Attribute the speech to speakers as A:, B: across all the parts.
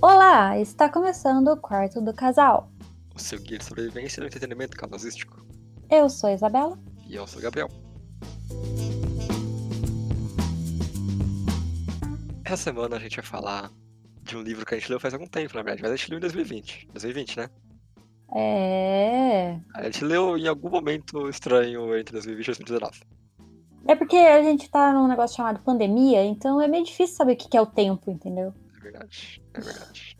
A: Olá, está começando o quarto do casal.
B: O seu guia de sobrevivência no entretenimento casalístico.
A: Eu sou a Isabela.
B: E eu sou o Gabriel. Essa semana a gente vai falar de um livro que a gente leu faz algum tempo, na verdade, mas a gente leu em 2020. 2020, né?
A: É.
B: A gente leu em algum momento estranho entre 2020 e 2019.
A: É porque a gente tá num negócio chamado pandemia, então é meio difícil saber o que que é o tempo, entendeu?
B: É verdade, é verdade.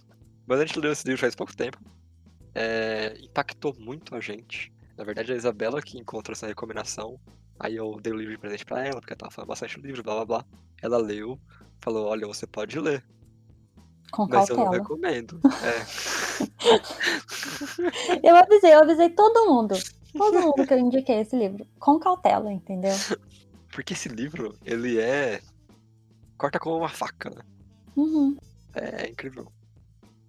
B: Mas a gente leu esse livro faz pouco tempo. É, impactou muito a gente. Na verdade, é a Isabela que encontrou essa recomendação. Aí eu dei o livro de presente pra ela, porque ela tava falando bastante do livro, blá blá blá. Ela leu, falou: Olha, você pode ler,
A: Com
B: mas eu não
A: cautela.
B: recomendo. É,
A: Eu avisei, eu avisei todo mundo. Todo mundo que eu indiquei esse livro. Com cautela, entendeu?
B: porque esse livro, ele é. corta como uma faca, né?
A: Uhum.
B: É incrível.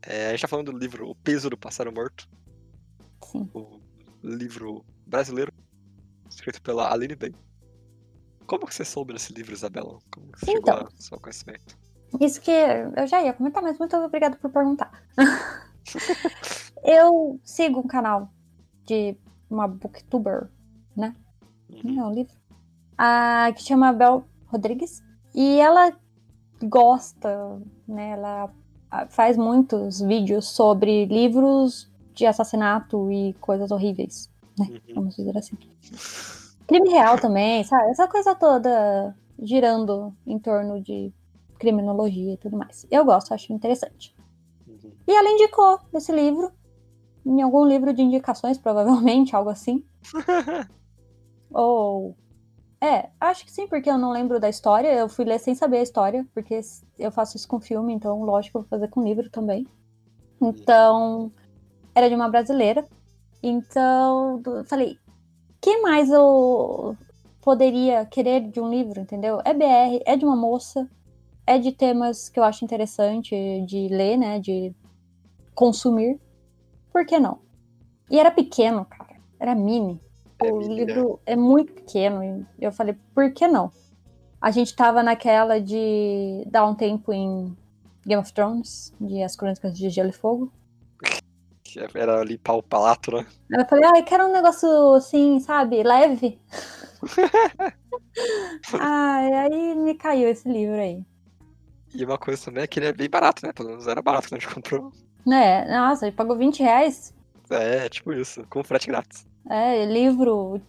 B: É, a gente tá falando do livro O Peso do Pássaro Morto,
A: Sim.
B: o livro brasileiro, escrito pela Aline Bey. Como que você soube desse livro, Isabela? Como que você chegou
A: Então.
B: a seu conhecimento?
A: Isso que eu já ia comentar, mas muito obrigada por perguntar. eu sigo um canal de uma booktuber
B: Uhum.
A: Não, é um livro. Ah, que chama Bel Rodrigues. E ela gosta, né? Ela ah, faz muitos vídeos sobre livros de assassinato e coisas horríveis,
B: Uhum.
A: vamos dizer assim. Crime real também, sabe? Essa coisa toda girando em torno de criminologia e tudo mais. Eu gosto, acho interessante.
B: Uhum.
A: E ela indicou esse livro, em algum livro de indicações, provavelmente, algo assim. Ou. É, acho que sim, porque eu não lembro da história. Eu fui ler sem saber a história, porque s- eu faço isso com filme, então, lógico, eu vou fazer com livro também. Então, era de uma brasileira. Então, do- falei, que mais eu poderia querer de um livro, entendeu? É BR, é de uma moça, é de temas que eu acho interessante de ler, né? De consumir. Por que não? E era pequeno, cara. Era mini
B: É
A: o
B: mini, né?
A: livro é muito pequeno. E eu falei, por que não? A gente tava naquela de dar um tempo em Game of Thrones, de As Crônicas de Gelo e Fogo.
B: Que é, Era limpar o palato, né?
A: Aí eu falei, ai, quero um negócio assim, sabe, leve. ai, aí me caiu esse livro aí.
B: E uma coisa também é que ele é bem barato, né? Pelo menos era barato quando a gente comprou.
A: Né? Nossa, ele pagou 20 reais.
B: É, tipo isso, com frete grátis.
A: É, livro,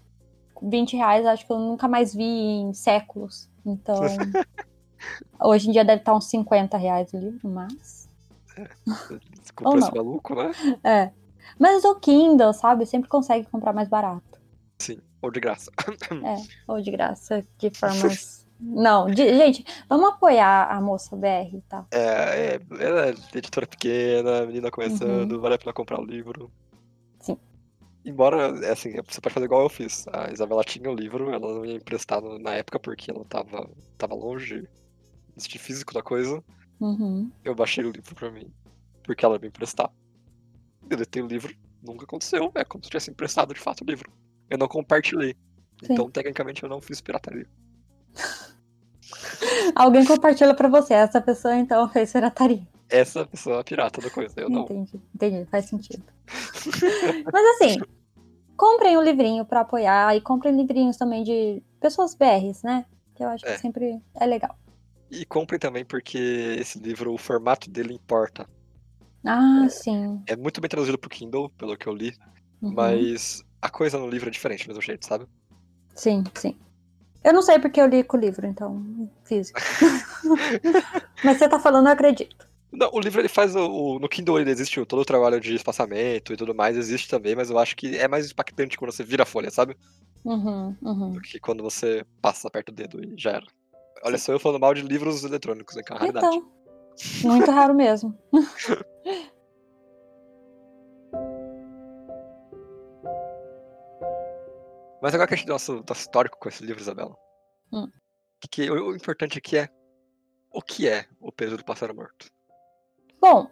A: 20 reais, acho que eu nunca mais vi em séculos. Então, hoje em dia deve estar uns 50 reais o livro, mas...
B: Você Comprou esse
A: não.
B: maluco, né?
A: É. Mas o Kindle, sabe, sempre consegue comprar mais barato.
B: Sim, ou de graça.
A: Ou de graça, de formas. Não, de- gente, vamos apoiar a moça BR e tal.
B: É, é, ela é editora pequena, menina começando, vale a pena comprar o livro.
A: Uhum. Sim.
B: Embora, é assim, você pode fazer igual eu fiz. A Isabela tinha o livro, ela não ia emprestar no- na época porque ela tava, tava longe de físico da coisa.
A: Uhum.
B: Eu baixei o livro pra mim, porque ela ia me emprestar. Deletei o livro, nunca aconteceu, é como se tivesse emprestado de fato o livro. Eu não compartilhei.
A: Sim.
B: Então, tecnicamente, eu não fiz pirataria.
A: Alguém compartilha pra você. Essa pessoa então fez pirataria.
B: Essa pessoa é a pirata da coisa, eu não.
A: Entendi, entendi, faz sentido. Mas assim, comprem o livrinho pra apoiar e comprem livrinhos também de pessoas BRs, né? Que eu acho
B: É.
A: que sempre é legal.
B: E comprem também porque esse livro, o formato dele importa.
A: Ah, sim.
B: É muito bem traduzido pro Kindle, pelo que eu li,
A: Uhum.
B: mas a coisa no livro é diferente do mesmo jeito, sabe?
A: Sim, sim. Eu não sei porque eu li com o livro, então, físico. Mas você tá falando, eu acredito.
B: Não, o livro ele faz o, o- no Kindle ele existe o- todo o trabalho de espaçamento e tudo mais existe também, mas eu acho que é mais impactante quando você vira a folha, sabe?
A: Uhum, uhum.
B: Do que quando você passa perto do dedo e já era. Olha só eu falando mal de livros eletrônicos, né? Que é uma raridade.
A: Então, muito raro mesmo.
B: Mas agora que a gente deu nosso, nosso histórico com esse livro, Isabela.
A: Hum.
B: Que, que- o, o importante aqui é o que é o peso do pássaro morto?
A: Bom,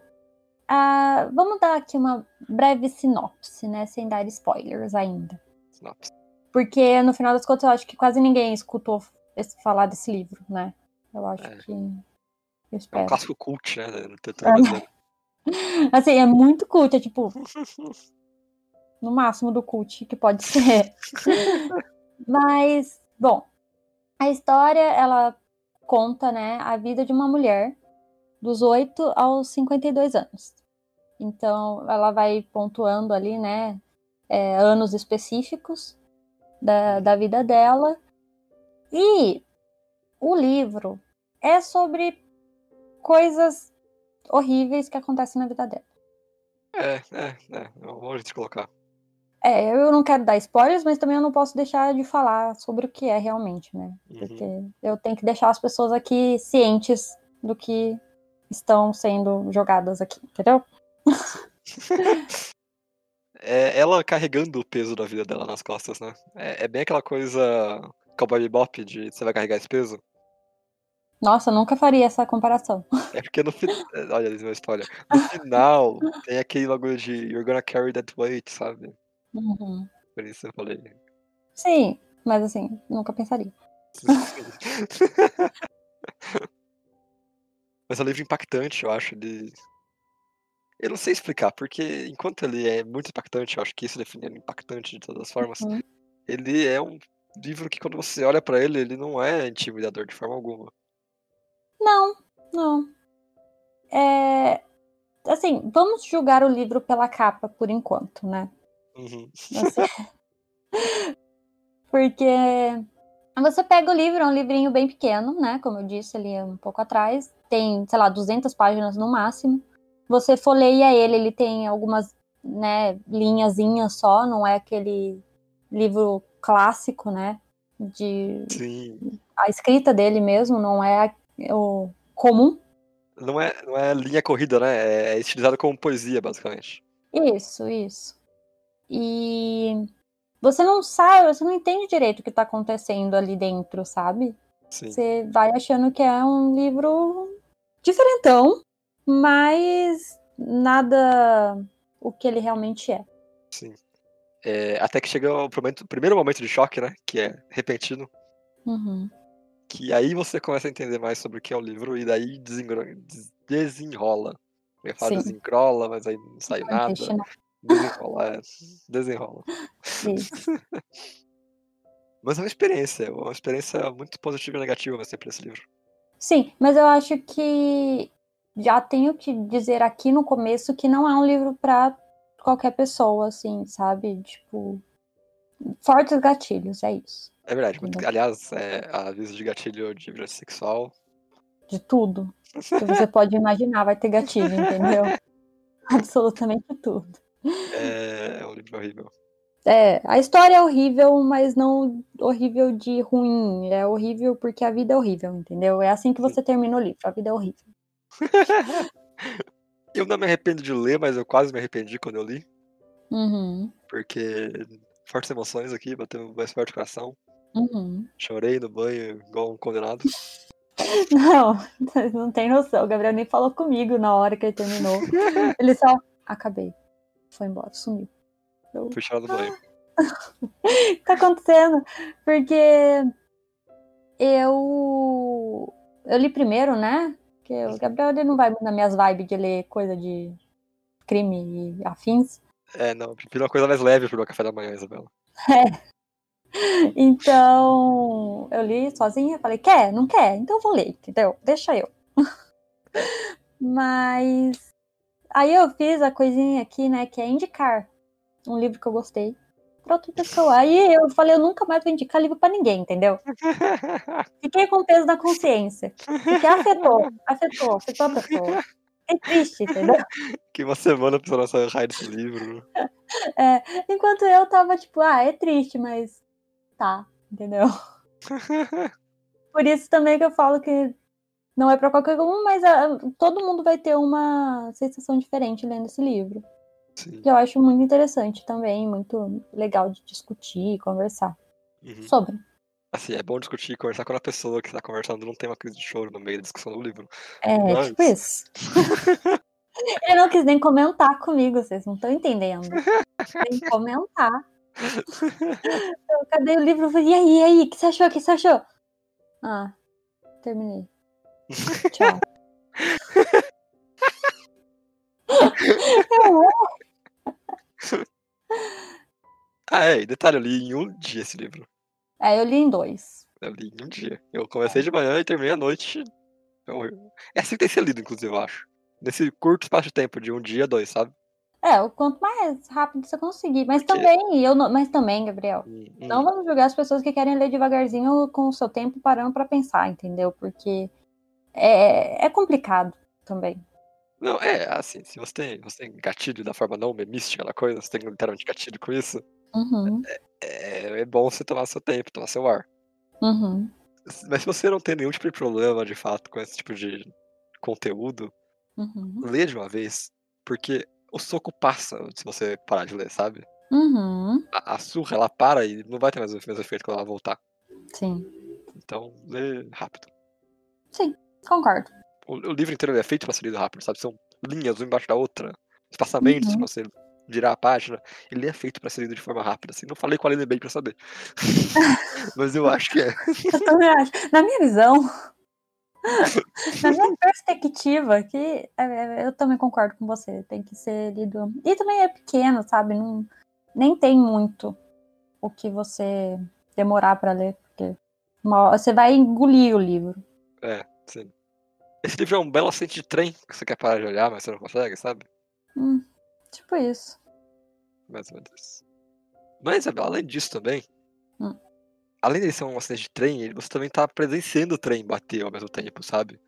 A: ah, vamos dar aqui uma breve sinopse, né? Sem dar spoilers ainda.
B: Sinopse.
A: Porque, no final das contas, eu acho que quase ninguém escutou esse- falar desse livro, né? Eu acho
B: É.
A: que Eu
B: É um
A: espero.
B: clássico cult, né? da literatura brasileira.
A: Assim, é muito cult, é tipo. No máximo do cult que pode ser. Mas, bom. A história, ela conta, né, a vida de uma mulher dos 8 aos 52 anos. Então, ela vai pontuando ali, né, é, anos específicos da, da vida dela. E o livro é sobre coisas horríveis que acontecem na vida dela.
B: É, é, é. É um bom jeito de colocar.
A: É, eu não quero dar spoilers, mas também eu não posso deixar de falar sobre o que é realmente, né?
B: Uhum.
A: Porque eu tenho que deixar as pessoas aqui cientes do que estão sendo jogadas aqui, entendeu?
B: É ela carregando o peso da vida dela nas costas, né? É, é bem aquela coisa cowboy bebop de você vai carregar esse peso.
A: Nossa, eu nunca faria essa comparação.
B: É porque no final. Olha, eles meu spoiler. No final tem aquele bagulho de You're gonna carry that weight, sabe? Por isso eu falei.
A: Sim, mas assim, nunca pensaria.
B: Mas é um livro impactante, eu acho. Ele... Eu não sei explicar, porque enquanto ele é muito impactante, eu acho que isso define ele impactante de todas as formas,
A: Uhum.
B: ele é um livro que quando você olha pra ele, ele não é intimidador de forma alguma.
A: Não, não. É. Assim, vamos julgar o livro pela capa por enquanto, né?
B: Uhum.
A: Assim. Porque você pega o livro, é um livrinho bem pequeno, né? Como eu disse ali um pouco atrás. Tem, sei lá, 200 páginas no máximo. Você folheia ele, ele tem algumas, né, linhazinhas só, não é aquele livro clássico, né? De
B: Sim.
A: a escrita dele mesmo, não é o comum.
B: Não é, não é linha corrida, né? É estilizado como poesia, basicamente.
A: Isso, isso. E você não sabe, você não entende direito o que tá acontecendo ali dentro, sabe?
B: Sim.
A: Você vai achando que é um livro diferentão, mas nada o que ele realmente é.
B: Sim. É, até que chega o momento- primeiro momento de choque, né? Que é repentino.
A: Uhum.
B: Que aí você começa a entender mais sobre o que é o livro e daí desengro- des- desenrola. Eu ia falar
A: Sim.
B: desengrola, mas aí não saiu nada.
A: Existe, né?
B: Desenrola, é. Desenrola.
A: Isso.
B: Mas é uma experiência, é uma experiência muito positiva e negativa vai ser pra esse livro.
A: Sim, mas eu acho que já tenho que dizer aqui no começo que não é um livro pra qualquer pessoa, assim, sabe? Tipo, fortes gatilhos, é isso.
B: É verdade. muito-
A: Legal.
B: aliás, é, aviso de gatilho de violência sexual.
A: De tudo que você pode imaginar vai ter gatilho, entendeu? Absolutamente tudo.
B: É, é um livro horrível.
A: É, a história é horrível, mas não horrível de ruim. É horrível porque a vida é horrível, entendeu? É assim que você termina o livro. A vida é horrível.
B: Eu não me arrependo de ler, mas eu quase me arrependi quando eu li.
A: Uhum,
B: porque fortes emoções aqui, bateu mais forte o coração.
A: uhum.
B: Chorei no banho, igual um condenado.
A: Não, vocês não tem noção. O Gabriel nem falou comigo na hora que ele terminou. Ele só. Acabei. Foi embora, sumiu.
B: Fui chorar no banho.
A: que tá acontecendo? Porque eu eu li primeiro, né? Porque o Gabriel ele não vai muito nas minhas vibes de ler coisa de crime e afins.
B: É, não, eu prefiro uma coisa mais leve pro meu café da manhã, Isabela.
A: Então, eu li sozinha, falei, quer? Não quer? Então eu vou ler, entendeu? Deixa eu. Mas aí eu fiz a coisinha aqui, né, que é indicar um livro que eu gostei pra outra pessoa. Aí eu falei, eu nunca mais vou indicar livro pra ninguém, entendeu? Fiquei com peso na consciência. Porque afetou, afetou, afetou a pessoa. É triste, entendeu?
B: que uma semana pra nossa raio desse livro.
A: Enquanto eu tava tipo, ah, é triste, mas tá, entendeu? Por isso também que eu falo que não é pra qualquer um, mas ah, todo mundo vai ter uma sensação diferente lendo esse livro.
B: Sim.
A: Que eu acho muito interessante também, muito legal de discutir e conversar
B: Uhum.
A: sobre.
B: Assim, é bom discutir e conversar com a pessoa que está conversando, não tem uma crise de choro no meio da discussão do livro.
A: É,
B: Mas-
A: tipo isso. Ele não quis nem comentar comigo, vocês não estão entendendo. Sem comentar. Eu, cadê o livro? Eu falei, E aí, e aí? O que você achou? O que você achou? Ah, terminei. Tchau. Eu amo.
B: Ah, é, e detalhe, eu li em um dia esse livro.
A: É, eu li em dois.
B: Eu li em um dia. Eu comecei de manhã e terminei à noite. Então, eu- É assim que tem que ser lido, inclusive, eu acho. Nesse curto espaço de tempo, de um dia a dois, sabe?
A: É, o quanto mais rápido você conseguir. Mas
B: Porque-
A: também, eu não- mas também, Gabriel.
B: Hum, hum.
A: Não vamos julgar as pessoas que querem ler devagarzinho com o seu tempo parando pra pensar, entendeu? Porque é, é complicado também.
B: Não, é, assim, se você tem, você tem gatilho da forma não memística, aquela coisa, você tem literalmente gatilho com isso,
A: Uhum,
B: é, é bom você tomar seu tempo, tomar seu ar. é.
A: uhum,
B: Mas se você não tem nenhum tipo de problema, de fato, com esse tipo de conteúdo,
A: uhum,
B: lê de uma vez, porque o soco passa se você parar de ler, sabe?
A: uhum.
B: A, a surra, ela para e não vai ter mais o mesmo efeito quando ela voltar.
A: Sim,
B: Então, lê rápido.
A: concordo.
B: O, o livro inteiro ele é feito pra ser lido rápido, sabe? São linhas uma embaixo da outra, espaçamentos
A: Uhum.
B: pra você virar a página. Ele é feito pra ser lido de forma rápida. Assim, não falei com a Lena bem pra saber. Mas eu acho que é.
A: Eu também acho. Na minha visão, na minha perspectiva, que é, é, eu também concordo com você, tem que ser lido. E também é pequeno, sabe? Não, nem tem muito o que você demorar pra ler, porque uma hora- você vai engolir o livro.
B: Sim. Esse livro é um belo acidente de trem que você quer parar de olhar, mas você não consegue, sabe?
A: Hum, tipo isso.
B: Mais ou menos isso. Mas, Isabel, além disso também,
A: Hum.
B: além de ser um acidente de trem, ele- você também tá presenciando o trem bater ao mesmo tempo, sabe?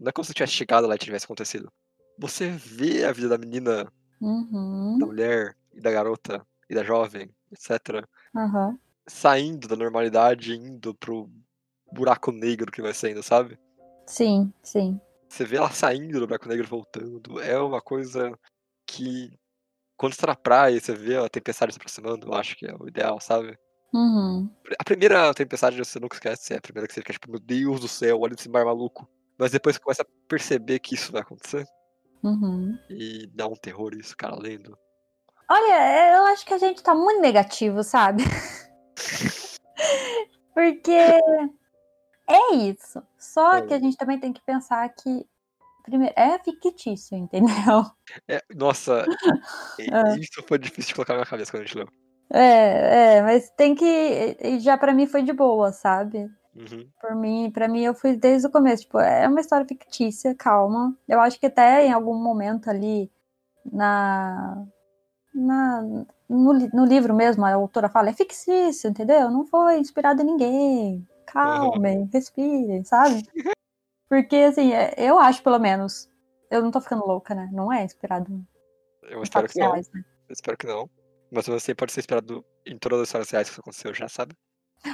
B: Não é como se tivesse chegado lá e tivesse acontecido. Você vê a vida da menina,
A: Uhum,
B: da mulher e da garota e da jovem, etc.,
A: aham.
B: saindo da normalidade e indo pro buraco negro que vai sendo, sabe?
A: Sim, sim.
B: Você vê ela saindo do buraco negro e voltando. É uma coisa que. Quando você tá na praia, e você vê a tempestade se aproximando, eu acho que é o ideal, sabe?
A: Uhum.
B: A primeira tempestade você nunca esquece, é a primeira que você fica tipo, meu Deus do céu, olha esse mar maluco. Mas depois você começa a perceber que isso vai acontecer
A: Uhum.
B: e dá um terror isso, cara, lendo.
A: Olha, é, eu acho que a gente tá muito negativo, sabe? Porque é isso. Só que a gente também tem que pensar que primeiro, é fictício, entendeu?
B: É, nossa, e-
A: Ah.
B: isso foi difícil de colocar na minha cabeça quando a gente leu.
A: É, é, mas tem que. e Já pra mim foi de boa, sabe?
B: Uhum.
A: Por mim, para mim eu fui desde o começo, tipo, é uma história fictícia, calma. Eu acho que até em algum momento ali na na no, li- no livro mesmo, a autora fala, é fictício, entendeu? Não foi inspirado em ninguém. Calmem, respirem, sabe? Porque assim, é- eu acho pelo menos, eu não tô ficando louca, né? Não é inspirado em
B: Eu espero
A: fatos
B: que não.
A: reais, né?
B: Eu espero que não. Mas você pode ser inspirado em todas as histórias reais que isso aconteceu já, sabe?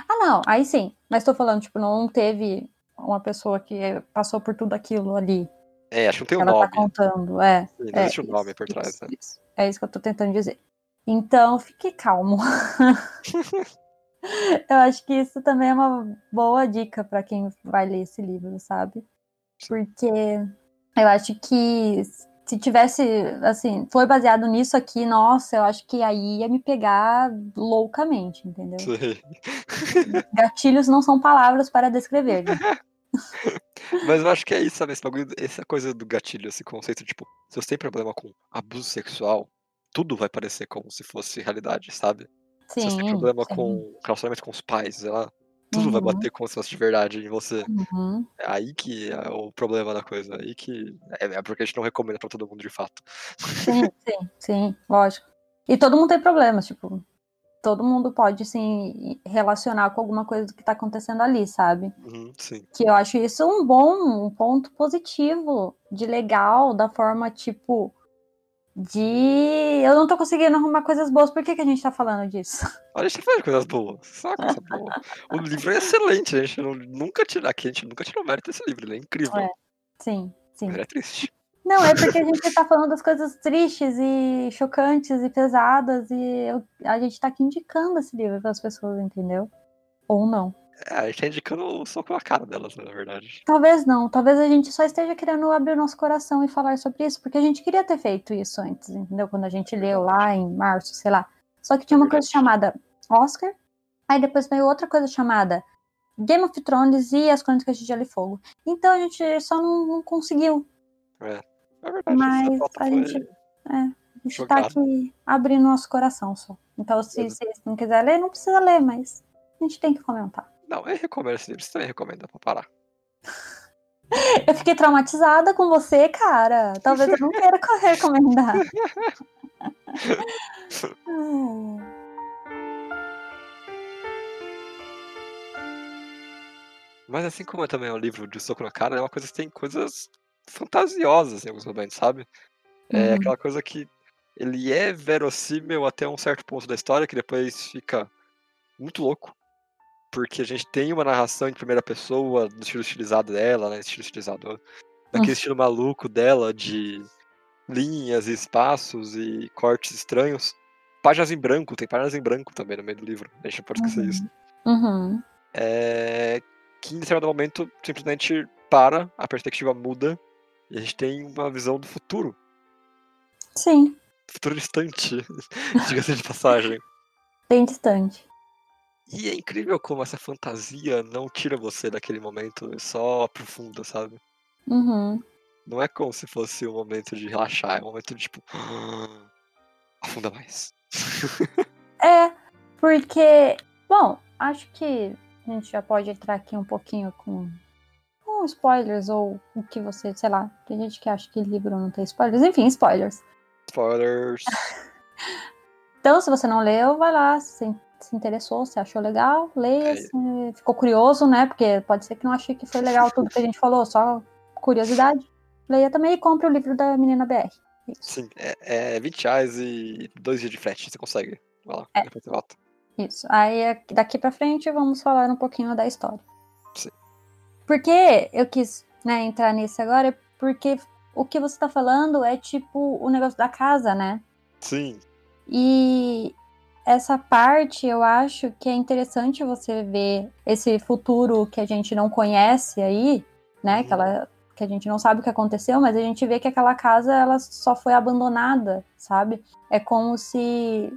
A: Ah, não, aí sim. Mas tô falando, tipo, não teve uma pessoa que passou por tudo aquilo ali.
B: É, acho que não tem
A: que
B: um
A: ela
B: nome.
A: tá contando, é.
B: Sim, não
A: É,
B: existe um
A: isso,
B: nome por trás,
A: isso,
B: né?
A: isso. É isso que eu tô tentando dizer. Então, fique calmo. eu acho que isso também é uma boa dica para quem vai ler esse livro, sabe? Porque eu acho que se tivesse, assim, foi baseado nisso aqui, nossa, eu acho que aí ia me pegar loucamente, entendeu?
B: Sim.
A: Gatilhos não são palavras para descrever. né?
B: Mas eu acho que é isso, sabe? Esse bagulho, essa coisa do gatilho, esse conceito, tipo, se você tem problema com abuso sexual, tudo vai parecer como se fosse realidade, sabe? se você tem
A: Sim.
B: problema
A: sim.
B: com relacionamento com os pais, sei lá, tudo vai
A: Uhum,
B: bater como se fosse de verdade em você.
A: uhum.
B: É aí que é o problema da coisa, aí que. É, é porque a gente não recomenda pra todo mundo de fato.
A: Sim, sim, sim, lógico. E todo mundo tem problemas, tipo, todo mundo pode se relacionar com alguma coisa que tá acontecendo ali, sabe?
B: Uhum, sim.
A: Que eu acho isso um bom, um ponto positivo, de legal, da forma, tipo, de eu não tô conseguindo arrumar coisas boas, por que, que a gente tá falando disso?
B: Olha, a gente faz coisas boas, só coisa boa. O livro é excelente, a gente não- nunca tira aqui, a gente nunca tirou mérito desse livro, ele é incrível.
A: É, Sim, sim.
B: Mas ele é triste.
A: Não, é porque a gente tá falando das coisas tristes e chocantes e pesadas, e eu- a gente tá aqui indicando esse livro para as pessoas, entendeu? Ou não.
B: É, a gente tá indicando o soco na cara delas, né, na verdade.
A: Talvez não, talvez a gente só esteja querendo abrir o nosso coração e falar sobre isso, porque a gente queria ter feito isso antes, entendeu? Quando a gente leu lá em março, sei lá. Só que tinha uma coisa chamada Oscar, aí depois veio outra coisa chamada Game of Thrones e As Crônicas de Gelo e Fogo. Então a gente só não, não conseguiu
B: É, é verdade. essa
A: Mas
B: pauta
A: a
B: foi-
A: gente, é, a gente tá
B: jogada.
A: aqui abrindo nosso coração só. Então, se
B: Exato.
A: vocês não quiserem ler, não precisa ler, mas a gente tem que comentar.
B: Não, eu recomendo esse livro. Você também recomenda pra parar.
A: Eu fiquei traumatizada com você, cara. Talvez eu não queira co- recomendar. Ai,
B: Mas assim como é também é um livro de soco na cara, é uma coisa que tem coisas fantasiosas em alguns momentos, sabe? É
A: Uhum.
B: aquela coisa que ele é verossímil até um certo ponto da história, que depois fica muito louco. Porque a gente tem uma narração em primeira pessoa, do estilo estilizado dela, né? Estilo estilizado. Daquele estilo maluco dela, de linhas e espaços e cortes estranhos. Páginas em branco, tem páginas em branco também no meio do livro. A gente não pode esquecer isso
A: Uhum.
B: é, que em determinado momento simplesmente para, a perspectiva muda e a gente tem uma visão do futuro,
A: Sim,
B: futuro distante, diga-se de passagem.
A: bem distante.
B: E é incrível como essa fantasia não tira você daquele momento, só aprofunda, sabe?
A: Uhum.
B: Não é como se fosse um momento de relaxar, é um momento de tipo. Afunda mais.
A: É, porque, bom, acho que a gente já pode entrar aqui um pouquinho com, com spoilers ou o que você, sei lá, tem gente que acha que livro não tem spoilers, enfim, spoilers.
B: Spoilers.
A: Então, se você não leu, vai lá, se, se interessou, se achou legal, leia,
B: É.
A: se ficou curioso, né? Porque pode ser que não achei que foi legal tudo que a gente falou, só curiosidade. Leia também e compre o livro da Menina BR. Isso,
B: Sim, é, é 20 reais e dois dias de frete, você consegue. Vai lá,
A: É.
B: depois você volta.
A: isso. Aí, aqui- daqui pra frente, vamos falar um pouquinho da história.
B: Sim.
A: Porque eu quis né, entrar nisso agora, é porque o que você tá falando é tipo o negócio da casa, né?
B: Sim,
A: E essa parte eu acho que é interessante você ver esse futuro que a gente não conhece aí, né?
B: Uhum.
A: Que, ela- que a gente não sabe o que aconteceu, mas a gente vê que aquela casa ela só foi abandonada, sabe? É como se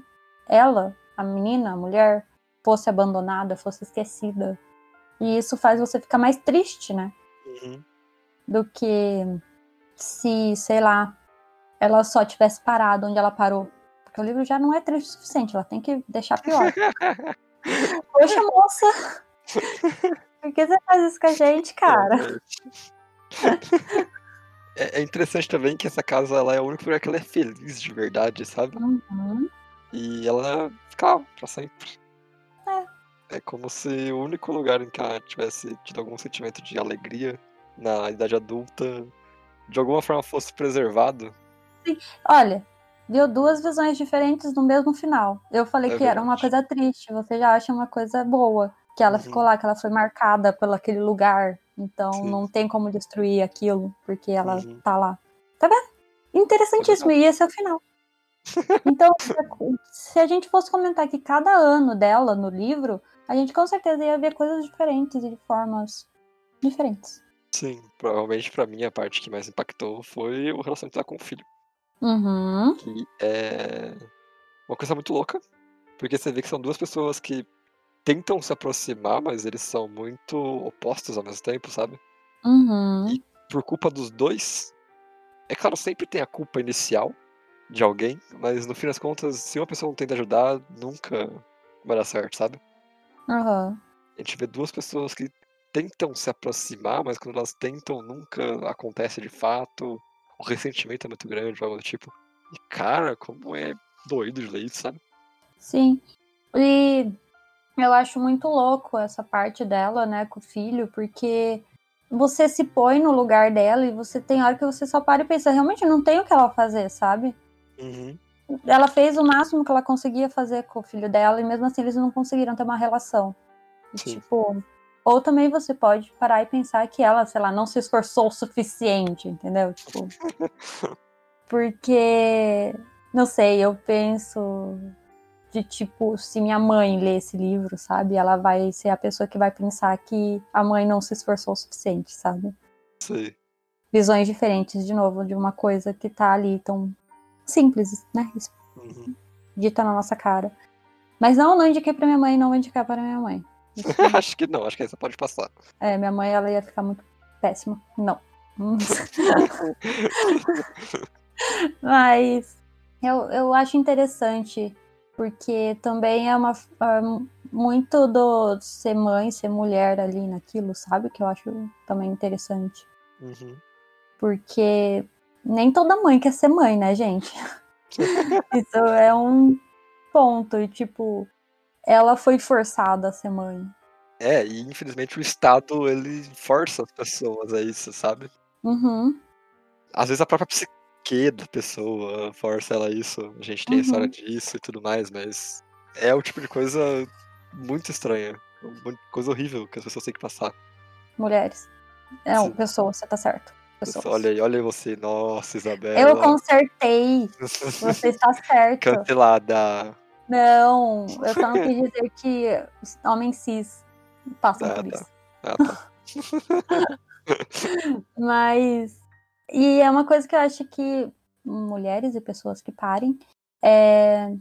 A: ela, a menina, a mulher, fosse abandonada, fosse esquecida. E isso faz você ficar mais triste, né?
B: uhum,
A: do que se, sei lá, ela só tivesse parado onde ela parou. Porque o livro já não é triste o suficiente, ela tem que deixar pior. Poxa, moça! Por que você faz isso com a gente, cara?
B: Realmente. É é interessante também que essa casa ela é o único lugar que ela é feliz de verdade, sabe?
A: Uhum.
B: E ela fica lá pra sempre.
A: É.
B: É como se o único lugar em que ela tivesse tido algum sentimento de alegria na idade adulta de alguma forma fosse preservado.
A: Olha, viu duas visões diferentes no mesmo final. Eu falei
B: É
A: que era uma coisa triste, você já acha uma coisa boa. Que ela
B: Uhum.
A: ficou lá, que ela foi marcada pelo aquele lugar. Então
B: Sim.
A: não tem como destruir aquilo, porque ela
B: Uhum.
A: tá lá. Tá vendo? Interessantíssimo, e esse é o final. Então, se a gente fosse comentar que cada ano dela no livro, a gente com certeza ia ver coisas diferentes e de formas diferentes.
B: Sim, provavelmente pra mim a parte que mais impactou foi o relacionamento dela com o filho.
A: Uhum.
B: que é uma coisa muito louca, porque você vê que são duas pessoas que tentam se aproximar, mas eles são muito opostos ao mesmo tempo, sabe?
A: Uhum.
B: Por culpa dos dois, é claro, sempre tem a culpa inicial de alguém, mas no fim das contas, se uma pessoa não tenta ajudar, nunca vai dar certo, sabe?
A: Aham.
B: A gente vê duas pessoas que tentam se aproximar, mas quando elas tentam, nunca acontece de fato. O ressentimento é muito grande, algo do tipo. E cara, como é doido de ler isso, sabe?
A: Sim. E eu acho muito louco essa parte dela, né, com o filho, porque você se põe no lugar dela e você tem hora que você só para e pensa, realmente não tem o que ela fazer, sabe?
B: Uhum.
A: Ela fez o máximo que ela conseguia fazer com o filho dela e mesmo assim eles não conseguiram ter uma relação. E,
B: Sim.
A: tipo, ou também você pode parar e pensar que ela, sei lá, não se esforçou o suficiente, entendeu? Tipo, porque não sei, eu penso de tipo, se minha mãe ler esse livro, sabe? Ela vai ser a pessoa que vai pensar que a mãe não se esforçou o suficiente, sabe?
B: Sei.
A: Visões diferentes, de novo, de uma coisa que tá ali tão simples, né?
B: Uhum.
A: Dita tá na nossa cara. Mas não, não indiquei pra minha mãe, não vou indicar para minha mãe. Isso,
B: acho que não, acho que aí você pode passar.
A: é, minha mãe, ela ia ficar muito péssima. Não. Mas eu, eu acho interessante, porque também é uma. é muito do ser mãe, ser mulher ali naquilo, sabe? Que eu acho também interessante.
B: Uhum.
A: Porque nem toda mãe quer ser mãe, né, gente? Isso é um ponto. E, tipo, ela foi forçada a ser mãe.
B: É, e infelizmente o Estado, ele força as pessoas a isso, sabe?
A: Uhum,
B: Às vezes a própria psique da pessoa força ela a isso. A gente tem a história
A: Uhum.
B: disso e tudo mais, mas é o tipo de coisa muito estranha. Uma coisa horrível que as pessoas têm que passar.
A: mulheres. Não,
B: Sim.
A: pessoa, você tá certo.
B: Pessoa,
A: Pessoas.
B: olha aí, olha aí você. Nossa, Isabela.
A: eu consertei, você está certo.
B: Cancelada.
A: Não, eu só não quis dizer que os homens cis passam
B: Tá,
A: por
B: tá.
A: isso.
B: Ah, tá.
A: Mas. E é uma coisa que eu acho que mulheres e pessoas que parem é,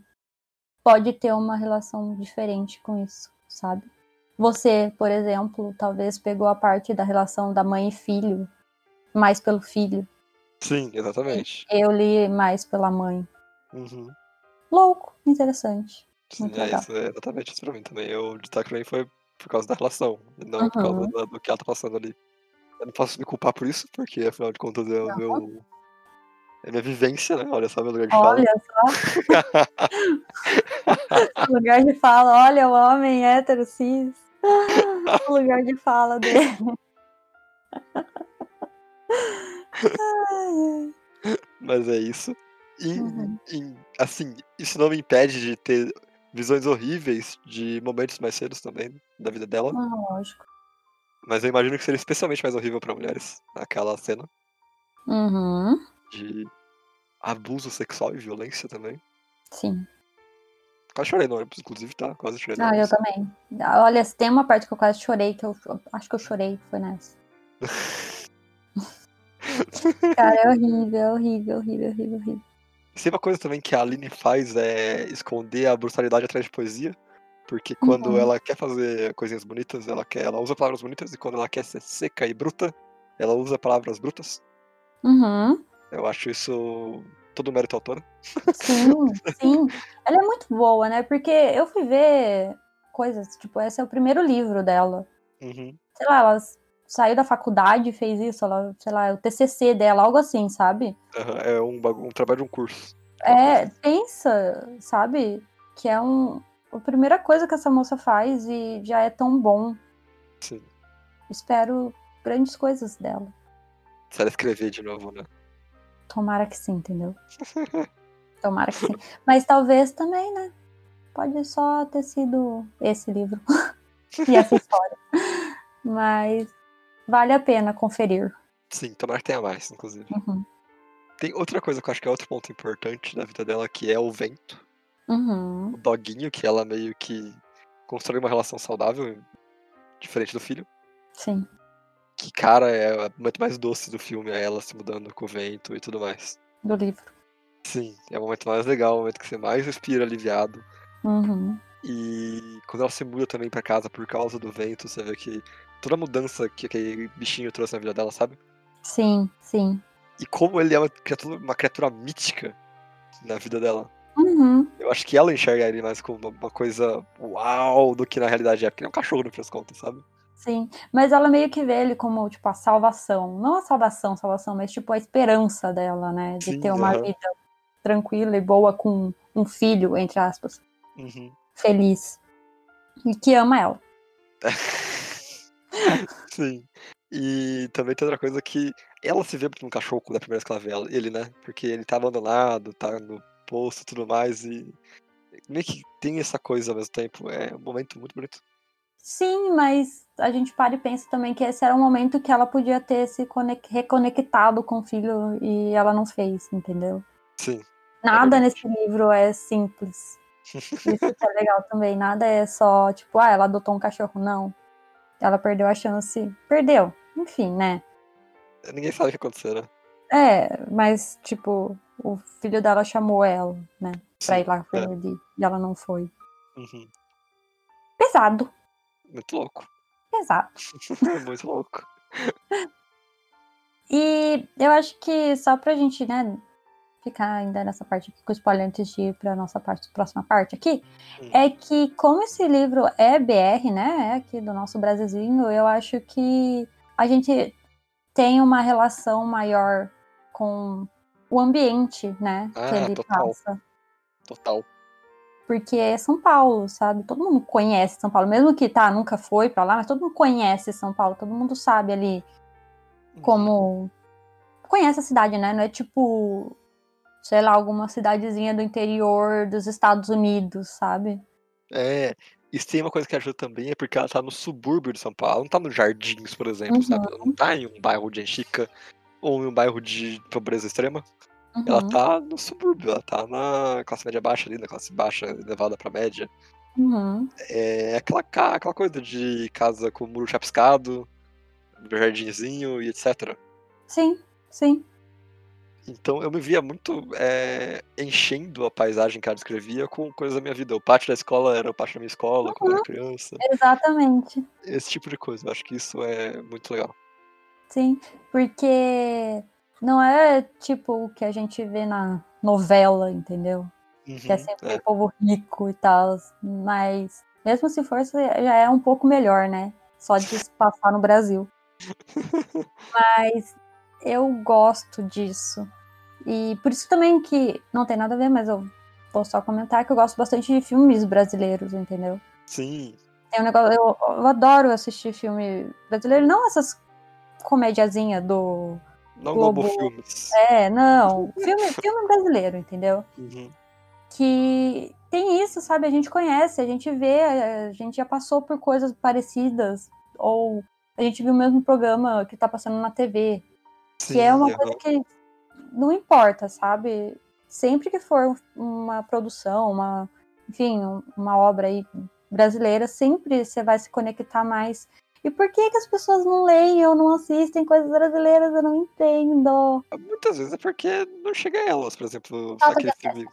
A: pode ter uma relação diferente com isso, sabe? Você, por exemplo, talvez pegou a parte da relação da mãe e filho, mais pelo filho.
B: Sim, exatamente.
A: Eu li mais pela mãe.
B: Uhum.
A: Louco, interessante.
B: Sim,
A: Muito
B: é
A: legal.
B: isso, é exatamente isso pra mim também. Eu destaque pra mim foi por causa da relação, e não por causa
A: Uhum.
B: da- do que ela tá passando ali. Eu não posso me culpar por isso, porque afinal de contas é o meu. É minha vivência, né? Olha só meu lugar de fala.
A: Olha só. o lugar de fala, olha o homem hétero cis. o lugar de fala dele. Ai, ai.
B: Mas é isso. E,
A: Uhum.
B: e, assim, isso não me impede de ter visões horríveis de momentos mais cedos também da vida dela.
A: Ah, lógico.
B: Mas eu imagino que seria especialmente mais horrível pra mulheres. Aquela cena
A: Uhum,
B: de abuso sexual e violência também.
A: Sim.
B: Quase chorei no ônibus, inclusive, tá? Quase chorei no
A: Ah, eu
B: ônibus.
A: também. Ah, Olha, se tem uma parte que eu quase chorei, que eu eu acho que eu chorei, foi nessa. Cara, é horrível, horrível, horrível, horrível, horrível.
B: Se uma coisa também que a Aline faz é esconder a brutalidade atrás de poesia. Porque quando
A: Uhum.
B: ela quer fazer coisinhas bonitas, ela, quer, ela usa palavras bonitas, e quando ela quer ser seca e bruta, ela usa palavras brutas.
A: Uhum,
B: Eu acho isso todo um mérito à autora.
A: Sim, sim. Ela é muito boa, né? Porque eu fui ver coisas, tipo, esse é o primeiro livro dela.
B: Uhum.
A: sei lá, ela s- saiu da faculdade e fez isso, ela, sei lá, é o TCC dela, algo assim, sabe?
B: Aham, É um, bagu- um trabalho de um curso. Uma
A: É,
B: coisa
A: pensa, sabe? Que é um, a primeira coisa que essa moça faz e já é tão bom.
B: assim.
A: Espero grandes coisas dela.
B: Se ela escrever de novo, né?
A: Tomara que sim, entendeu? Tomara que sim. Mas talvez também, né? Pode só ter sido esse livro e essa história. Mas vale a pena conferir.
B: Sim, tomara que tenha mais, inclusive.
A: Uhum.
B: Tem outra coisa que eu acho que é outro ponto importante da vida dela, que é o vento.
A: Uhum.
B: o doguinho, que ela meio que constrói uma relação saudável, diferente do filho.
A: Sim.
B: Que, cara, é muito mais doce do filme, é ela se mudando com o vento e tudo mais.
A: Do livro.
B: Sim, é o momento mais legal, o momento que você mais respira aliviado.
A: Uhum.
B: E quando ela se muda também pra casa por causa do vento, você vê que toda a mudança que aquele bichinho trouxe na vida dela, sabe?
A: Sim, sim.
B: E como ele é uma criatura, uma criatura mítica na vida dela.
A: Uhum.
B: Eu acho que ela enxerga ele mais como uma- uma coisa uau do que na realidade é, porque ele é um cachorro no fim das contas, sabe?
A: Sim. Mas ela meio que vê ele como, tipo, a salvação. Não a salvação, salvação, mas tipo a esperança dela, né? De
B: Sim,
A: ter uma
B: aham.
A: vida tranquila e boa com um filho, entre aspas,
B: Uhum.
A: feliz. E que ama ela.
B: Sim. E também tem outra coisa que ela se vê como um cachorro da primeira vez que ela vê ela- ele, né? Porque ele tá abandonado, tá no posto e tudo mais, e meio que tem essa coisa ao mesmo tempo. É um momento muito bonito.
A: Sim, mas a gente para e pensa também que esse era um momento que ela podia ter se conec- reconectado com o filho e ela não fez, entendeu?
B: Sim. é
A: Nada
B: verdade.
A: nesse livro é simples. Isso que é legal também. Nada é só, tipo, ah, ela adotou um cachorro. Não. Ela perdeu a chance. Perdeu. Enfim, né?
B: Ninguém sabe o que aconteceu, né?
A: É, mas, tipo, o filho dela chamou ela, né? Pra
B: Sim,
A: ir lá com
B: é.
A: ele. E ela não foi.
B: Uhum.
A: Pesado.
B: Muito louco.
A: Pesado.
B: muito louco.
A: E eu acho que só pra gente, né, ficar ainda nessa parte aqui com o spoiler antes de ir pra nossa parte, próxima parte aqui,
B: Hum.
A: é que como esse livro é BR, né, é aqui do nosso Brasilzinho, eu acho que a gente tem uma relação maior com o ambiente, né, que
B: Ah,
A: ele
B: total.
A: passa.
B: Total.
A: Porque é São Paulo, sabe? Todo mundo conhece São Paulo, mesmo que tá, nunca foi pra lá, mas todo mundo conhece São Paulo, todo mundo sabe ali como conhece a cidade, né? Não é tipo, sei lá, alguma cidadezinha do interior dos Estados Unidos, sabe?
B: É. Isso tem uma coisa que ajuda também, é porque ela tá no subúrbio de São Paulo, não tá nos jardins, por exemplo,
A: Uhum.
B: sabe? Ela não tá em um bairro de Enchica ou em um bairro de pobreza extrema. Ela
A: Uhum,
B: tá no subúrbio, ela tá na classe média baixa ali, na classe baixa elevada pra média.
A: uhum.
B: É aquela, ca- aquela coisa de casa com muro chapiscado, jardinzinho e etc.
A: Sim, sim.
B: Então eu me via muito é, enchendo a paisagem que ela descrevia com coisas da minha vida. O pátio da escola era o pátio da minha escola quando
A: Uhum.
B: eu era criança.
A: Exatamente.
B: Esse tipo de coisa. Eu acho que isso é muito legal.
A: Sim. Porque não é tipo o que a gente vê na novela, entendeu? Que é
B: Uhum,
A: sempre
B: é.
A: o povo rico e tal. Mas mesmo se for, isso já é um pouco melhor, né? Só de se passar no Brasil. Mas eu gosto disso. E por isso também que não tem nada a ver, mas eu vou só comentar que eu gosto bastante de filmes brasileiros, entendeu?
B: Sim,
A: Tem um negócio, eu, eu adoro assistir filme brasileiro, não essas comediazinhas do.
B: não
A: Globo.
B: Globo Filmes.
A: É, não. Filme, filme brasileiro, entendeu?
B: Uhum,
A: que tem isso, sabe? A gente conhece, a gente vê, a gente já passou por coisas parecidas, ou a gente viu o mesmo programa que tá passando na TV, que é
B: sim,
A: uma
B: aham.
A: coisa que não importa, sabe? Sempre que for uma produção, uma, enfim, um- uma obra aí brasileira, sempre você vai se conectar mais. E por que, que as pessoas não leem ou não assistem coisas brasileiras? Eu não entendo.
B: Muitas vezes é porque não chega a elas, por exemplo,
A: Falta de
B: aquele
A: acesso.
B: filme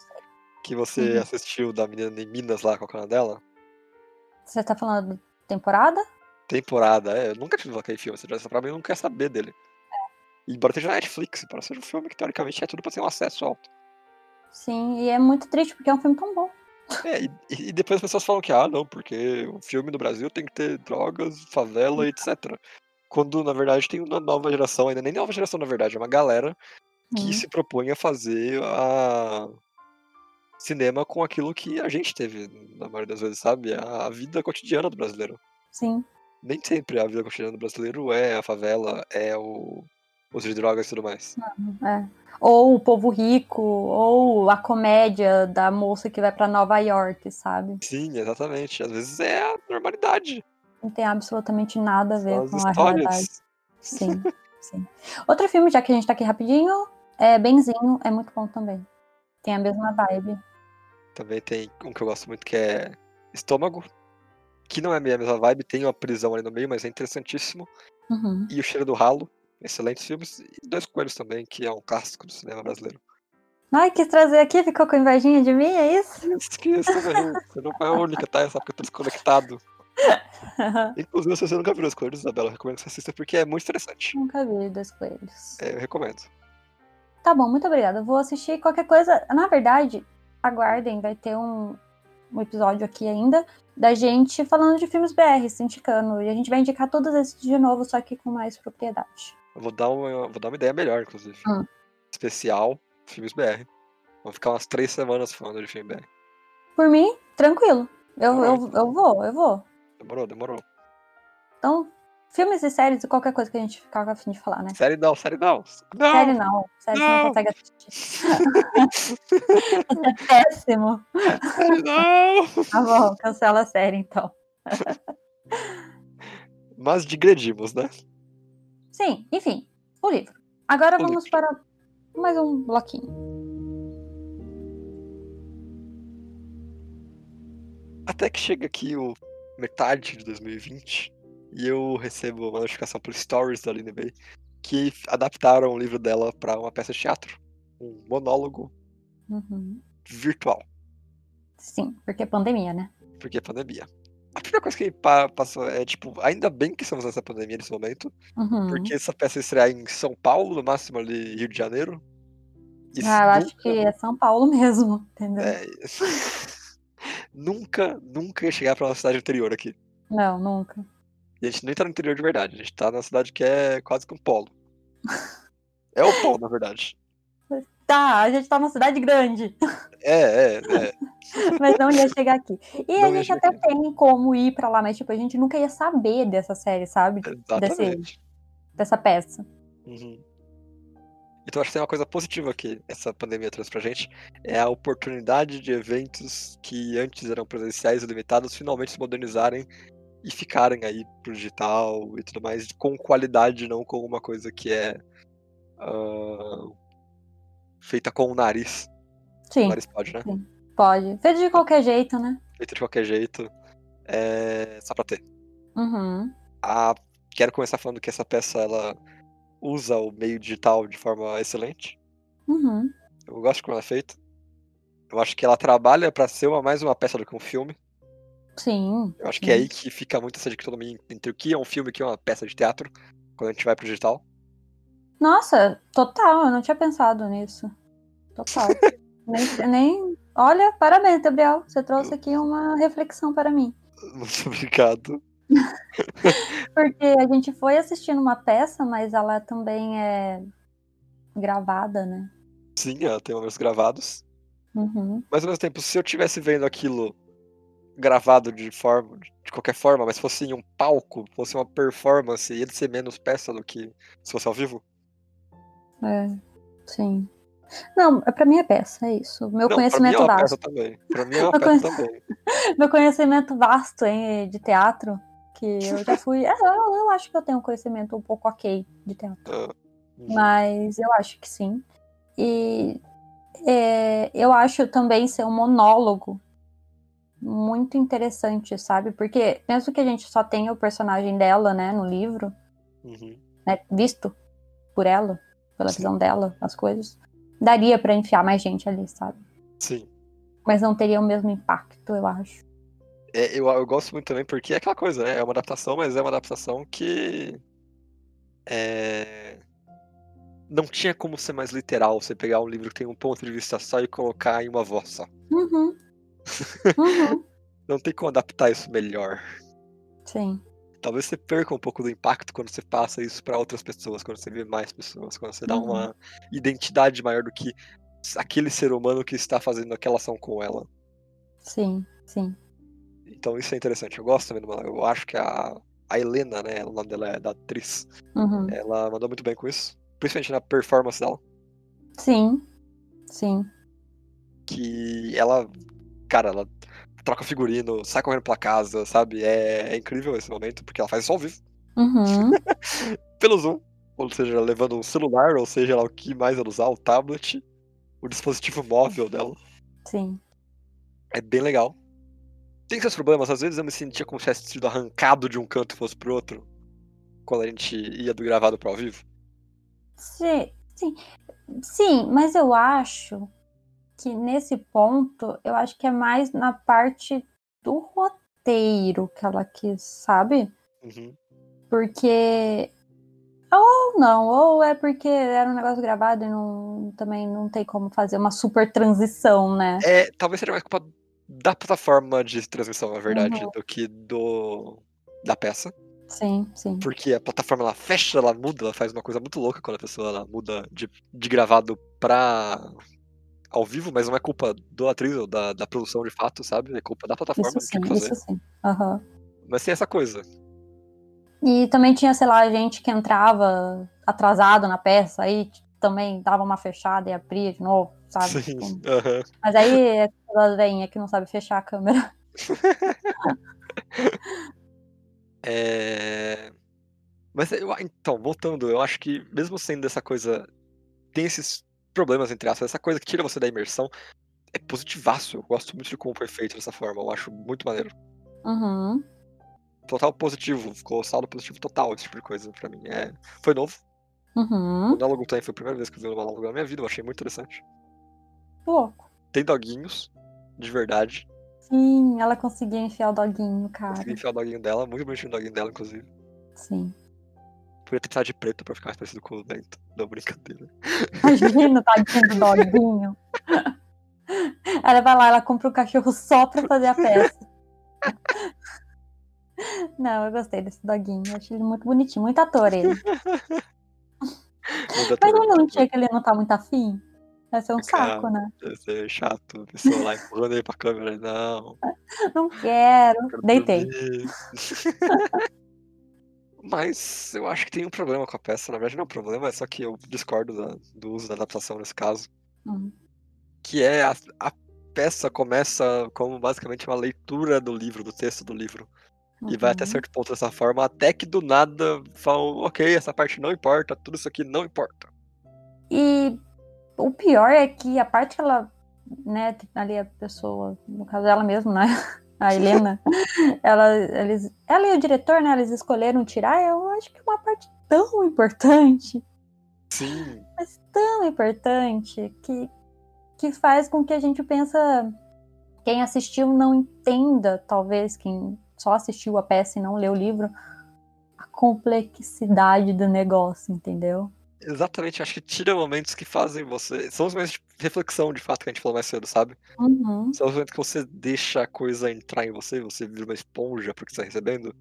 B: que você
A: Uhum.
B: assistiu da menina em Minas lá com a cara dela.
A: Você tá falando temporada?
B: Temporada, é. Eu nunca tive aquele filme, você já sabe, pra mim eu não quero saber dele. E Embora seja na Netflix, embora seja um filme que teoricamente é tudo pra ter um acesso alto.
A: Sim, e é muito triste porque é um filme tão bom.
B: É, e, e depois as pessoas falam que, ah, não, porque o filme no Brasil tem que ter drogas, favela, etc. Quando, na verdade, tem uma nova geração, ainda nem nova geração, na verdade, é uma galera que
A: Hum.
B: se propõe a fazer a cinema com aquilo que a gente teve, na maioria das vezes, sabe? A, a vida cotidiana do brasileiro.
A: Sim,
B: Nem sempre a vida cotidiana do brasileiro é a favela, é o uso de drogas e tudo mais.
A: é. Ou o povo rico, ou a comédia da moça que vai pra Nova York, sabe?
B: Sim, exatamente. Às vezes é a normalidade.
A: Não tem absolutamente nada a ver
B: São as
A: com é a realidade.
B: histórias.
A: Sim, sim. Outro filme, já que a gente tá aqui rapidinho, é Benzinho, é muito bom também. Tem a mesma vibe.
B: Também tem um que eu gosto muito que é Estômago, que não é meio a mesma vibe, tem uma prisão ali no meio, mas é interessantíssimo.
A: Uhum.
B: E O Cheiro do Ralo, excelentes filmes. E Dois Coelhos também, que é um clássico do cinema brasileiro.
A: Ai, quis trazer aqui, ficou com invejinha de mim, é isso?
B: Isso que isso, velho. Você não é a única, tá? Essa porque eu tô desconectado. Inclusive, se você nunca viu Dois Coelhos, Isabela, eu recomendo que você assista porque é muito interessante.
A: Nunca vi dois coelhos.
B: É, eu recomendo.
A: Tá bom, muito obrigada. Eu Vou assistir qualquer coisa. Na verdade, aguardem, vai ter um, um episódio aqui ainda da gente falando de filmes BR, se indicando. E a gente vai indicar todos esses de novo, só que com mais propriedade.
B: Eu vou dar uma, vou dar uma ideia melhor, inclusive.
A: Hum.
B: Especial, filmes BR. Vão ficar umas três semanas falando de filme BR.
A: Por mim, tranquilo. Eu, eu,
B: Alright.
A: eu vou, eu vou.
B: Demorou, demorou.
A: Então, filmes e séries e qualquer coisa que a gente ficar afim de falar, né?
B: Série não, série não. Não!
A: Série não, série você não
B: Não!
A: consegue assistir. Péssimo.
B: série não!
A: Tá bom, cancela a série então.
B: Mas digredimos, né?
A: Sim, enfim, o livro. Agora
B: O
A: vamos
B: livro.
A: para mais um bloquinho.
B: Até que chega aqui o metade de 2020 e eu recebo uma notificação por stories da Aline Bay que adaptaram o livro dela pra uma peça de teatro. Um monólogo
A: Uhum.
B: virtual,
A: Sim, porque é pandemia, né?
B: porque é pandemia. A primeira coisa que ele pa- passou é, tipo, ainda bem que estamos nessa pandemia nesse momento,
A: Uhum.
B: porque essa peça ia estrear em São Paulo, no máximo ali Rio de Janeiro. E
A: Ah, eu acho
B: nunca-
A: que é São Paulo mesmo, entendeu?
B: é, nunca, nunca ia chegar pra uma cidade interior aqui.
A: Não, nunca.
B: E a gente nem tá no interior de verdade, a gente tá numa cidade que é quase que um polo. É o polo, na verdade.
A: Tá, a gente tá numa cidade grande,
B: É, é, é.
A: mas não ia chegar aqui. E
B: Não
A: a
B: ia
A: gente
B: chegar
A: até tem como ir pra lá, mas tipo, a gente nunca ia saber dessa série, sabe?
B: Exatamente.
A: Dessa peça.
B: Uhum. Então acho que tem uma coisa positiva que essa pandemia trouxe pra gente. É a oportunidade de eventos que antes eram presenciais e limitados finalmente se modernizarem e ficarem aí pro digital e tudo mais, com qualidade, não com uma coisa que é ah, feita com o nariz. O
A: Sim,
B: nariz pode, né?
A: pode. Feito de qualquer jeito, né?
B: Feita de qualquer jeito. É, só pra ter.
A: Uhum.
B: a- Quero começar falando que essa peça ela usa o meio digital de forma excelente.
A: Uhum.
B: Eu gosto de como ela é feita. Eu acho que ela trabalha pra ser uma, mais uma peça do que um filme.
A: Sim.
B: Eu acho que é
A: Sim.
B: aí que fica muito essa dicotomia entre o que é um filme e o que é uma peça de teatro quando a gente vai pro digital.
A: Nossa, total, eu não tinha pensado nisso. Total. nem, nem- Olha, parabéns, Gabriel. Você trouxe aqui uma reflexão para mim.
B: Muito obrigado.
A: Porque a gente foi assistindo uma peça, mas ela também é gravada, né?
B: Sim, ela tem momentos gravados.
A: Uhum.
B: Mas ao mesmo tempo, se eu tivesse vendo aquilo gravado de forma, de qualquer forma, mas fosse em um palco, fosse uma performance, ia ser menos peça do que se fosse ao vivo.
A: É, sim. Não, é- pra mim é peça, é isso. Meu
B: Não,
A: conhecimento
B: pra mim é
A: vasto.
B: uma peça também. Pra mim é uma
A: Uma
B: peça também.
A: Meu conhecimento vasto hein, de teatro, que eu já fui. É, eu, eu acho que eu tenho um conhecimento um pouco ok de teatro. mas eu acho que sim. E é, eu acho também ser um monólogo muito interessante, sabe? Porque mesmo que a gente só tenha o personagem dela, né, no livro,
B: Uhum.
A: né, visto por ela, pela
B: Sim.
A: visão dela, as coisas, daria pra enfiar mais gente ali, sabe?
B: Sim.
A: Mas não teria o mesmo impacto, eu acho.
B: É, eu, eu gosto muito também porque é aquela coisa, né? É uma adaptação, mas é uma adaptação que. É... Não tinha como ser mais literal você pegar um livro que tem um ponto de vista só e colocar em uma voz só.
A: Uhum. Uhum.
B: Não tem como adaptar isso melhor.
A: Sim.
B: Talvez você perca um pouco do impacto quando você passa isso pra outras pessoas, quando você vê mais pessoas, quando você dá
A: Uhum.
B: uma identidade maior do que aquele ser humano que está fazendo aquela ação com ela.
A: Sim. Sim.
B: Então isso é interessante. Eu gosto também do Manuel. Eu acho que a, a Helena, né? O nome dela é da atriz.
A: Uhum.
B: Ela mandou muito bem com isso. Principalmente na performance dela.
A: Sim. Sim.
B: Que ela. Cara, ela troca figurino, sai correndo pela casa, sabe? É, é incrível esse momento, porque ela faz isso ao vivo,
A: Uhum.
B: pelo Zoom. Ou seja, levando um celular, ou seja lá o que mais ela usar, o tablet, o dispositivo móvel dela.
A: Sim.
B: É bem legal. Tem seus problemas, às vezes eu me sentia como se tivesse sido arrancado de um canto e fosse pro outro. Quando a gente ia do gravado pro ao vivo.
A: Sim, sim, sim, mas eu acho que nesse ponto, eu acho que é mais na parte do roteiro que ela quis, sabe?
B: Uhum.
A: Porque. Ou não, ou é porque era um negócio gravado e não, também não tem como fazer uma super transição, né?
B: É, talvez seja mais culpa da plataforma de transmissão, na verdade,
A: Uhum.
B: do que do da peça.
A: Sim, sim.
B: Porque a plataforma ela fecha, ela muda, ela faz uma coisa muito louca quando a pessoa ela muda de, de gravado pra ao vivo, mas não é culpa do atriz ou da, da produção de fato, sabe? É culpa da plataforma
A: Isso
B: não tinha o
A: sim,
B: que
A: isso
B: fazer.
A: sim. Aham.
B: Mas tem essa coisa.
A: E também tinha, sei lá, gente que entrava atrasado na peça, aí t- também dava uma fechada e abria de novo, sabe?
B: Sim.
A: Tipo,
B: aham.
A: Mas aí é aquela veinha que não sabe fechar a câmera.
B: É... Mas eu, então, voltando, eu acho que mesmo sendo essa coisa, tem esses problemas entre aspas, essa coisa que tira você da imersão, é positivaço. Eu gosto muito de como foi feito dessa forma, eu acho muito maneiro.
A: Uhum.
B: Total positivo, ficou saldo positivo total, esse tipo de coisa pra mim. É, foi novo, o
A: Uhum.
B: monólogo também foi a primeira vez que eu vi um monólogo na minha vida, eu achei muito interessante.
A: Louco.
B: Tem doguinhos, de verdade.
A: Sim, ela conseguia enfiar o doguinho, cara.
B: Consegui enfiar o doguinho dela, muito bonitinho o doguinho dela, inclusive.
A: Sim.
B: Podia ter precisado de preto pra ficar mais parecido com o Lento. Não, brincadeira.
A: Imagina, tadinho do doguinho. Ela vai lá, ela compra um cachorro só pra fazer a peça. Não, eu gostei desse doguinho. Eu achei ele muito bonitinho, muito ator ele.
B: Muda
A: Mas
B: tudo,
A: ainda não
B: muda
A: tinha que ele não tá muito afim? Vai ser um saco, né?
B: tudo. Deve ser é chato. A pessoa lá empurrando ele pra câmera. Não.
A: Não quero.
B: quero
A: Deitei.
B: dormir. Mas eu acho que tem um problema com a peça. Na verdade, não é um problema, é só que eu discordo da- do uso da adaptação nesse caso.
A: Hum.
B: Que é a, a peça começa como basicamente uma leitura do livro, do texto do livro. E vai até
A: Uhum.
B: certo ponto dessa forma, até que do nada falam, ok, essa parte não importa, tudo isso aqui não importa.
A: E o pior é que a parte que ela, né, ali a pessoa, no caso ela mesma, né, a Helena, ela, eles, ela e o diretor, né, eles escolheram tirar, eu acho que é uma parte tão importante,
B: Sim,
A: mas tão importante, que, que faz com que a gente pensa, quem assistiu não entenda, talvez, quem só assistiu a peça e não leu o livro, a complexidade do negócio, entendeu?
B: exatamente, acho que tira momentos que fazem você. São os momentos de reflexão, de fato, que a gente falou mais cedo, sabe?
A: Uhum.
B: São os momentos que você deixa a coisa entrar em você, você vira uma esponja pro que você tá recebendo.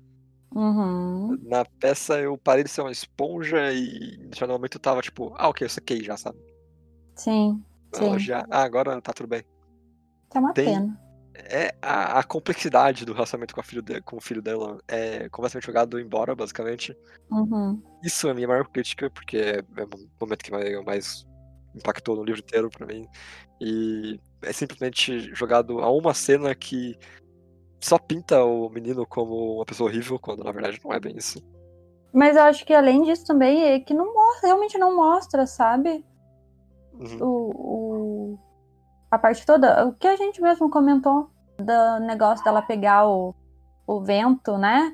A: Uhum.
B: Na peça eu parei de ser uma esponja e em determinado momento eu tava tipo, ah, ok, eu saquei já, sabe?
A: Sim. Sim.
B: Ela já, ah, agora tá tudo bem.
A: Que é uma
B: Tem-
A: pena.
B: é a, a complexidade do relacionamento com, a filho de- com o filho dela é completamente jogado embora, basicamente.
A: Uhum.
B: Isso é a minha maior crítica, porque é, é o momento que mais, mais impactou no livro inteiro pra mim. E é simplesmente jogado a uma cena que só pinta o menino como uma pessoa horrível, quando na verdade não é bem isso.
A: Mas eu acho que além disso também é que não mostra, realmente não mostra, sabe?
B: Uhum.
A: O, o- a parte toda. O que a gente mesmo comentou do negócio dela pegar o, o vento, né?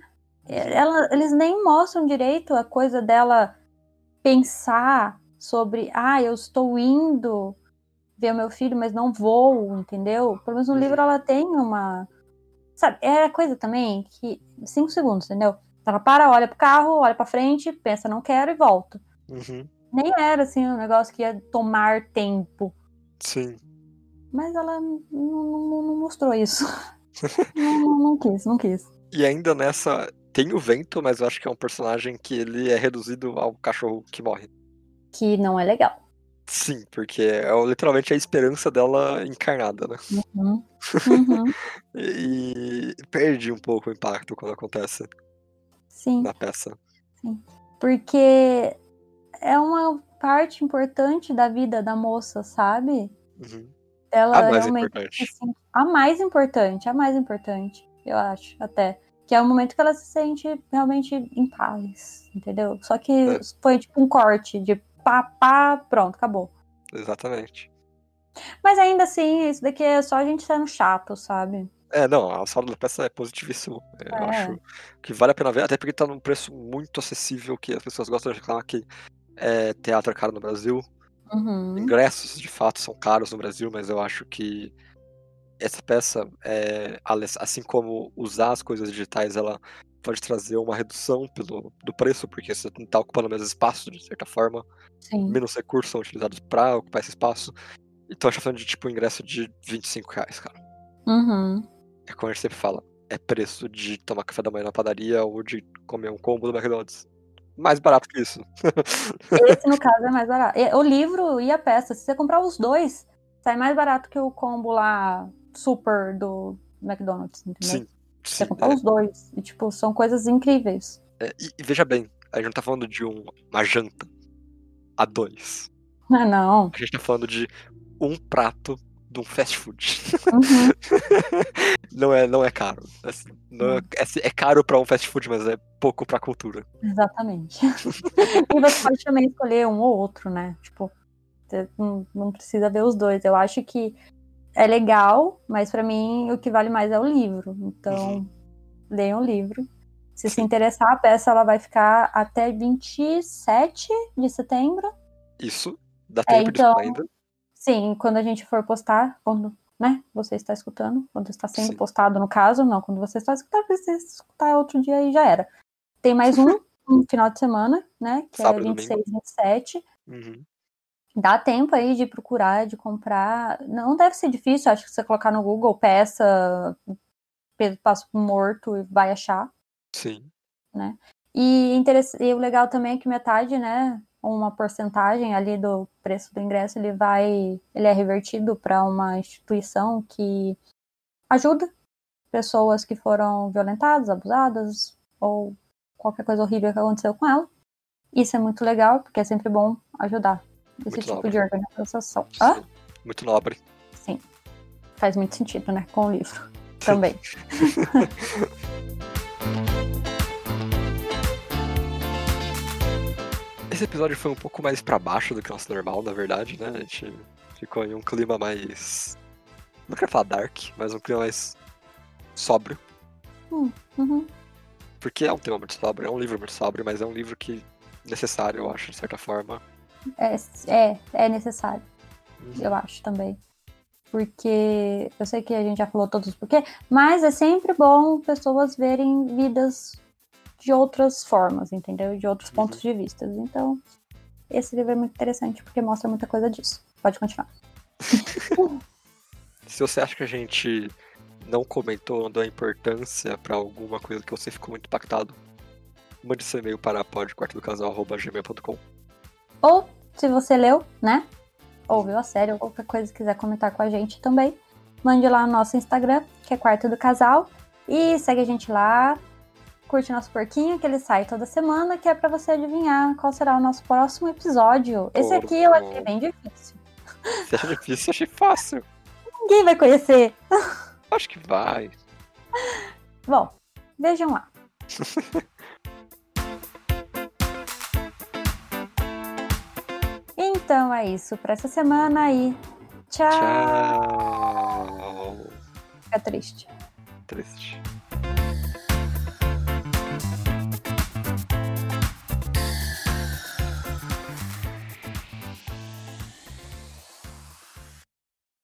A: Ela, eles nem mostram direito a coisa dela pensar sobre, ah, eu estou indo ver meu filho, mas não vou, entendeu? Pelo menos no
B: Uhum.
A: livro ela tem uma. Sabe, é a coisa também que. Cinco segundos, entendeu? Ela para, olha pro carro, olha pra frente, pensa, não quero e volta.
B: Uhum.
A: Nem era assim um negócio que ia tomar tempo.
B: Sim.
A: Mas ela não, não- não mostrou isso. não, não- não quis, não quis.
B: E ainda nessa. Tem o vento, mas eu acho que é um personagem que ele é reduzido ao cachorro que morre.
A: Que não é legal.
B: Sim, porque é o- literalmente a esperança dela encarnada, né?
A: Uhum. Uhum.
B: E e perde um pouco o impacto quando acontece
A: Sim.
B: na peça.
A: Porque é uma parte importante da vida da moça, sabe?
B: Uhum.
A: Ela
B: A mais
A: realmente
B: importante.
A: assim, a mais importante, a mais importante, eu acho, até. Que é o momento que ela se sente realmente em paz, entendeu? Só que
B: É.
A: foi tipo um corte de pá, pá, pronto, acabou.
B: Exatamente.
A: Mas ainda assim, isso daqui é só a gente sendo chato, sabe?
B: É, não, a saldo da peça é positivíssimo. É, Eu
A: É.
B: acho que vale a pena ver, até porque tá num preço muito acessível que as pessoas gostam de reclamar que é, teatro é caro no Brasil.
A: Uhum.
B: Ingressos, de fato, são caros no Brasil, mas eu acho que essa peça, é, ale- assim como usar as coisas digitais, ela pode trazer uma redução pelo, do preço, porque você não está ocupando menos espaço, de certa forma,
A: Sim.
B: menos recursos são utilizados para ocupar esse espaço. Então, a gente tá falando de tipo um ingresso de R$ 25 reais, cara.
A: Uhum.
B: É como a gente sempre fala, é preço de tomar café da manhã na padaria ou de comer um combo do McDonald's. Mais barato que
A: Né?
B: isso.
A: Esse, no caso, é mais barato. E- O livro e a peça, se você comprar os dois, sai mais barato que o combo lá super do McDonald's, entendeu?
B: Sim.
A: Você
B: Sim,
A: comprar os dois. E, tipo, são coisas incríveis.
B: É, e, e veja bem, a gente não tá falando de um- uma janta a dois.
A: Ah, não.
B: A gente tá falando de um prato de um fast food.
A: Uhum.
B: não, é, não é caro. Assim, não é,
A: Hum.
B: é- é caro pra um fast food, mas é pouco pra cultura.
A: Exatamente. e você pode também escolher um ou outro, né? Tipo, você não, não precisa ver os dois. Eu acho que é legal, mas pra mim o que vale mais é o livro. Então, leiam o livro. Se se interessar, a peça ela vai ficar até 27 de setembro.
B: Isso dá
A: É,
B: tempo de
A: então-
B: ainda.
A: Sim, quando a gente for postar, quando né, você está escutando, quando está sendo
B: Sim.
A: postado no caso, não, quando você está escutando, você escutar outro dia e já era. Tem mais um, um final de semana, né, que
B: Sábado e
A: é
B: domingo.
A: 26, 27.
B: Uhum.
A: Dá tempo aí de procurar, de comprar. Não deve ser difícil, acho que você colocar no Google peça, pe- passo morto e vai achar.
B: Sim.
A: E, interess- e o legal também é que metade, né, uma porcentagem ali do preço do ingresso, ele vai, ele é revertido para uma instituição que ajuda pessoas que foram violentadas, abusadas ou qualquer coisa horrível que aconteceu com ela. Isso é muito legal, porque é sempre bom ajudar esse
B: Muito
A: tipo
B: nobre.
A: de organização. Hã?
B: Sim. Muito nobre.
A: Sim. Faz muito sentido, né, com o livro também.
B: Esse episódio foi um pouco mais pra baixo do que o nosso normal, na verdade, né? A gente ficou em um clima mais. Não quero falar dark, mas um clima mais sóbrio.
A: Uhum.
B: Porque é um tema muito sóbrio, é um livro muito sóbrio, mas é um livro que é necessário, eu acho, de certa forma.
A: É, é, é necessário. eu acho também. Porque eu sei que a gente já falou todos os porquê, mas é sempre bom pessoas verem vidas de outras formas, entendeu? De outros
B: Uhum.
A: pontos de vista. Então, esse livro é muito interessante porque mostra muita coisa disso. Pode continuar.
B: Se você acha que a gente não comentou, não deu importância pra alguma coisa que você ficou muito impactado, mande seu e-mail para podquartodocasal.gmail.com.
A: Ou, se você leu, né? Ouviu a série ou qualquer coisa que quiser comentar com a gente também, mande lá no nosso Instagram, que é Quarto do Casal. E segue a gente lá. Curte nosso porquinho, que ele sai toda semana, que é pra você adivinhar qual será o nosso próximo episódio. Esse
B: Porco.
A: aqui eu achei bem difícil.
B: Você acha difícil? Eu achei fácil.
A: Ninguém vai conhecer.
B: Acho que vai.
A: Bom, vejam lá. então é isso pra essa semana e tchau.
B: Tchau.
A: Fica triste.
B: Triste.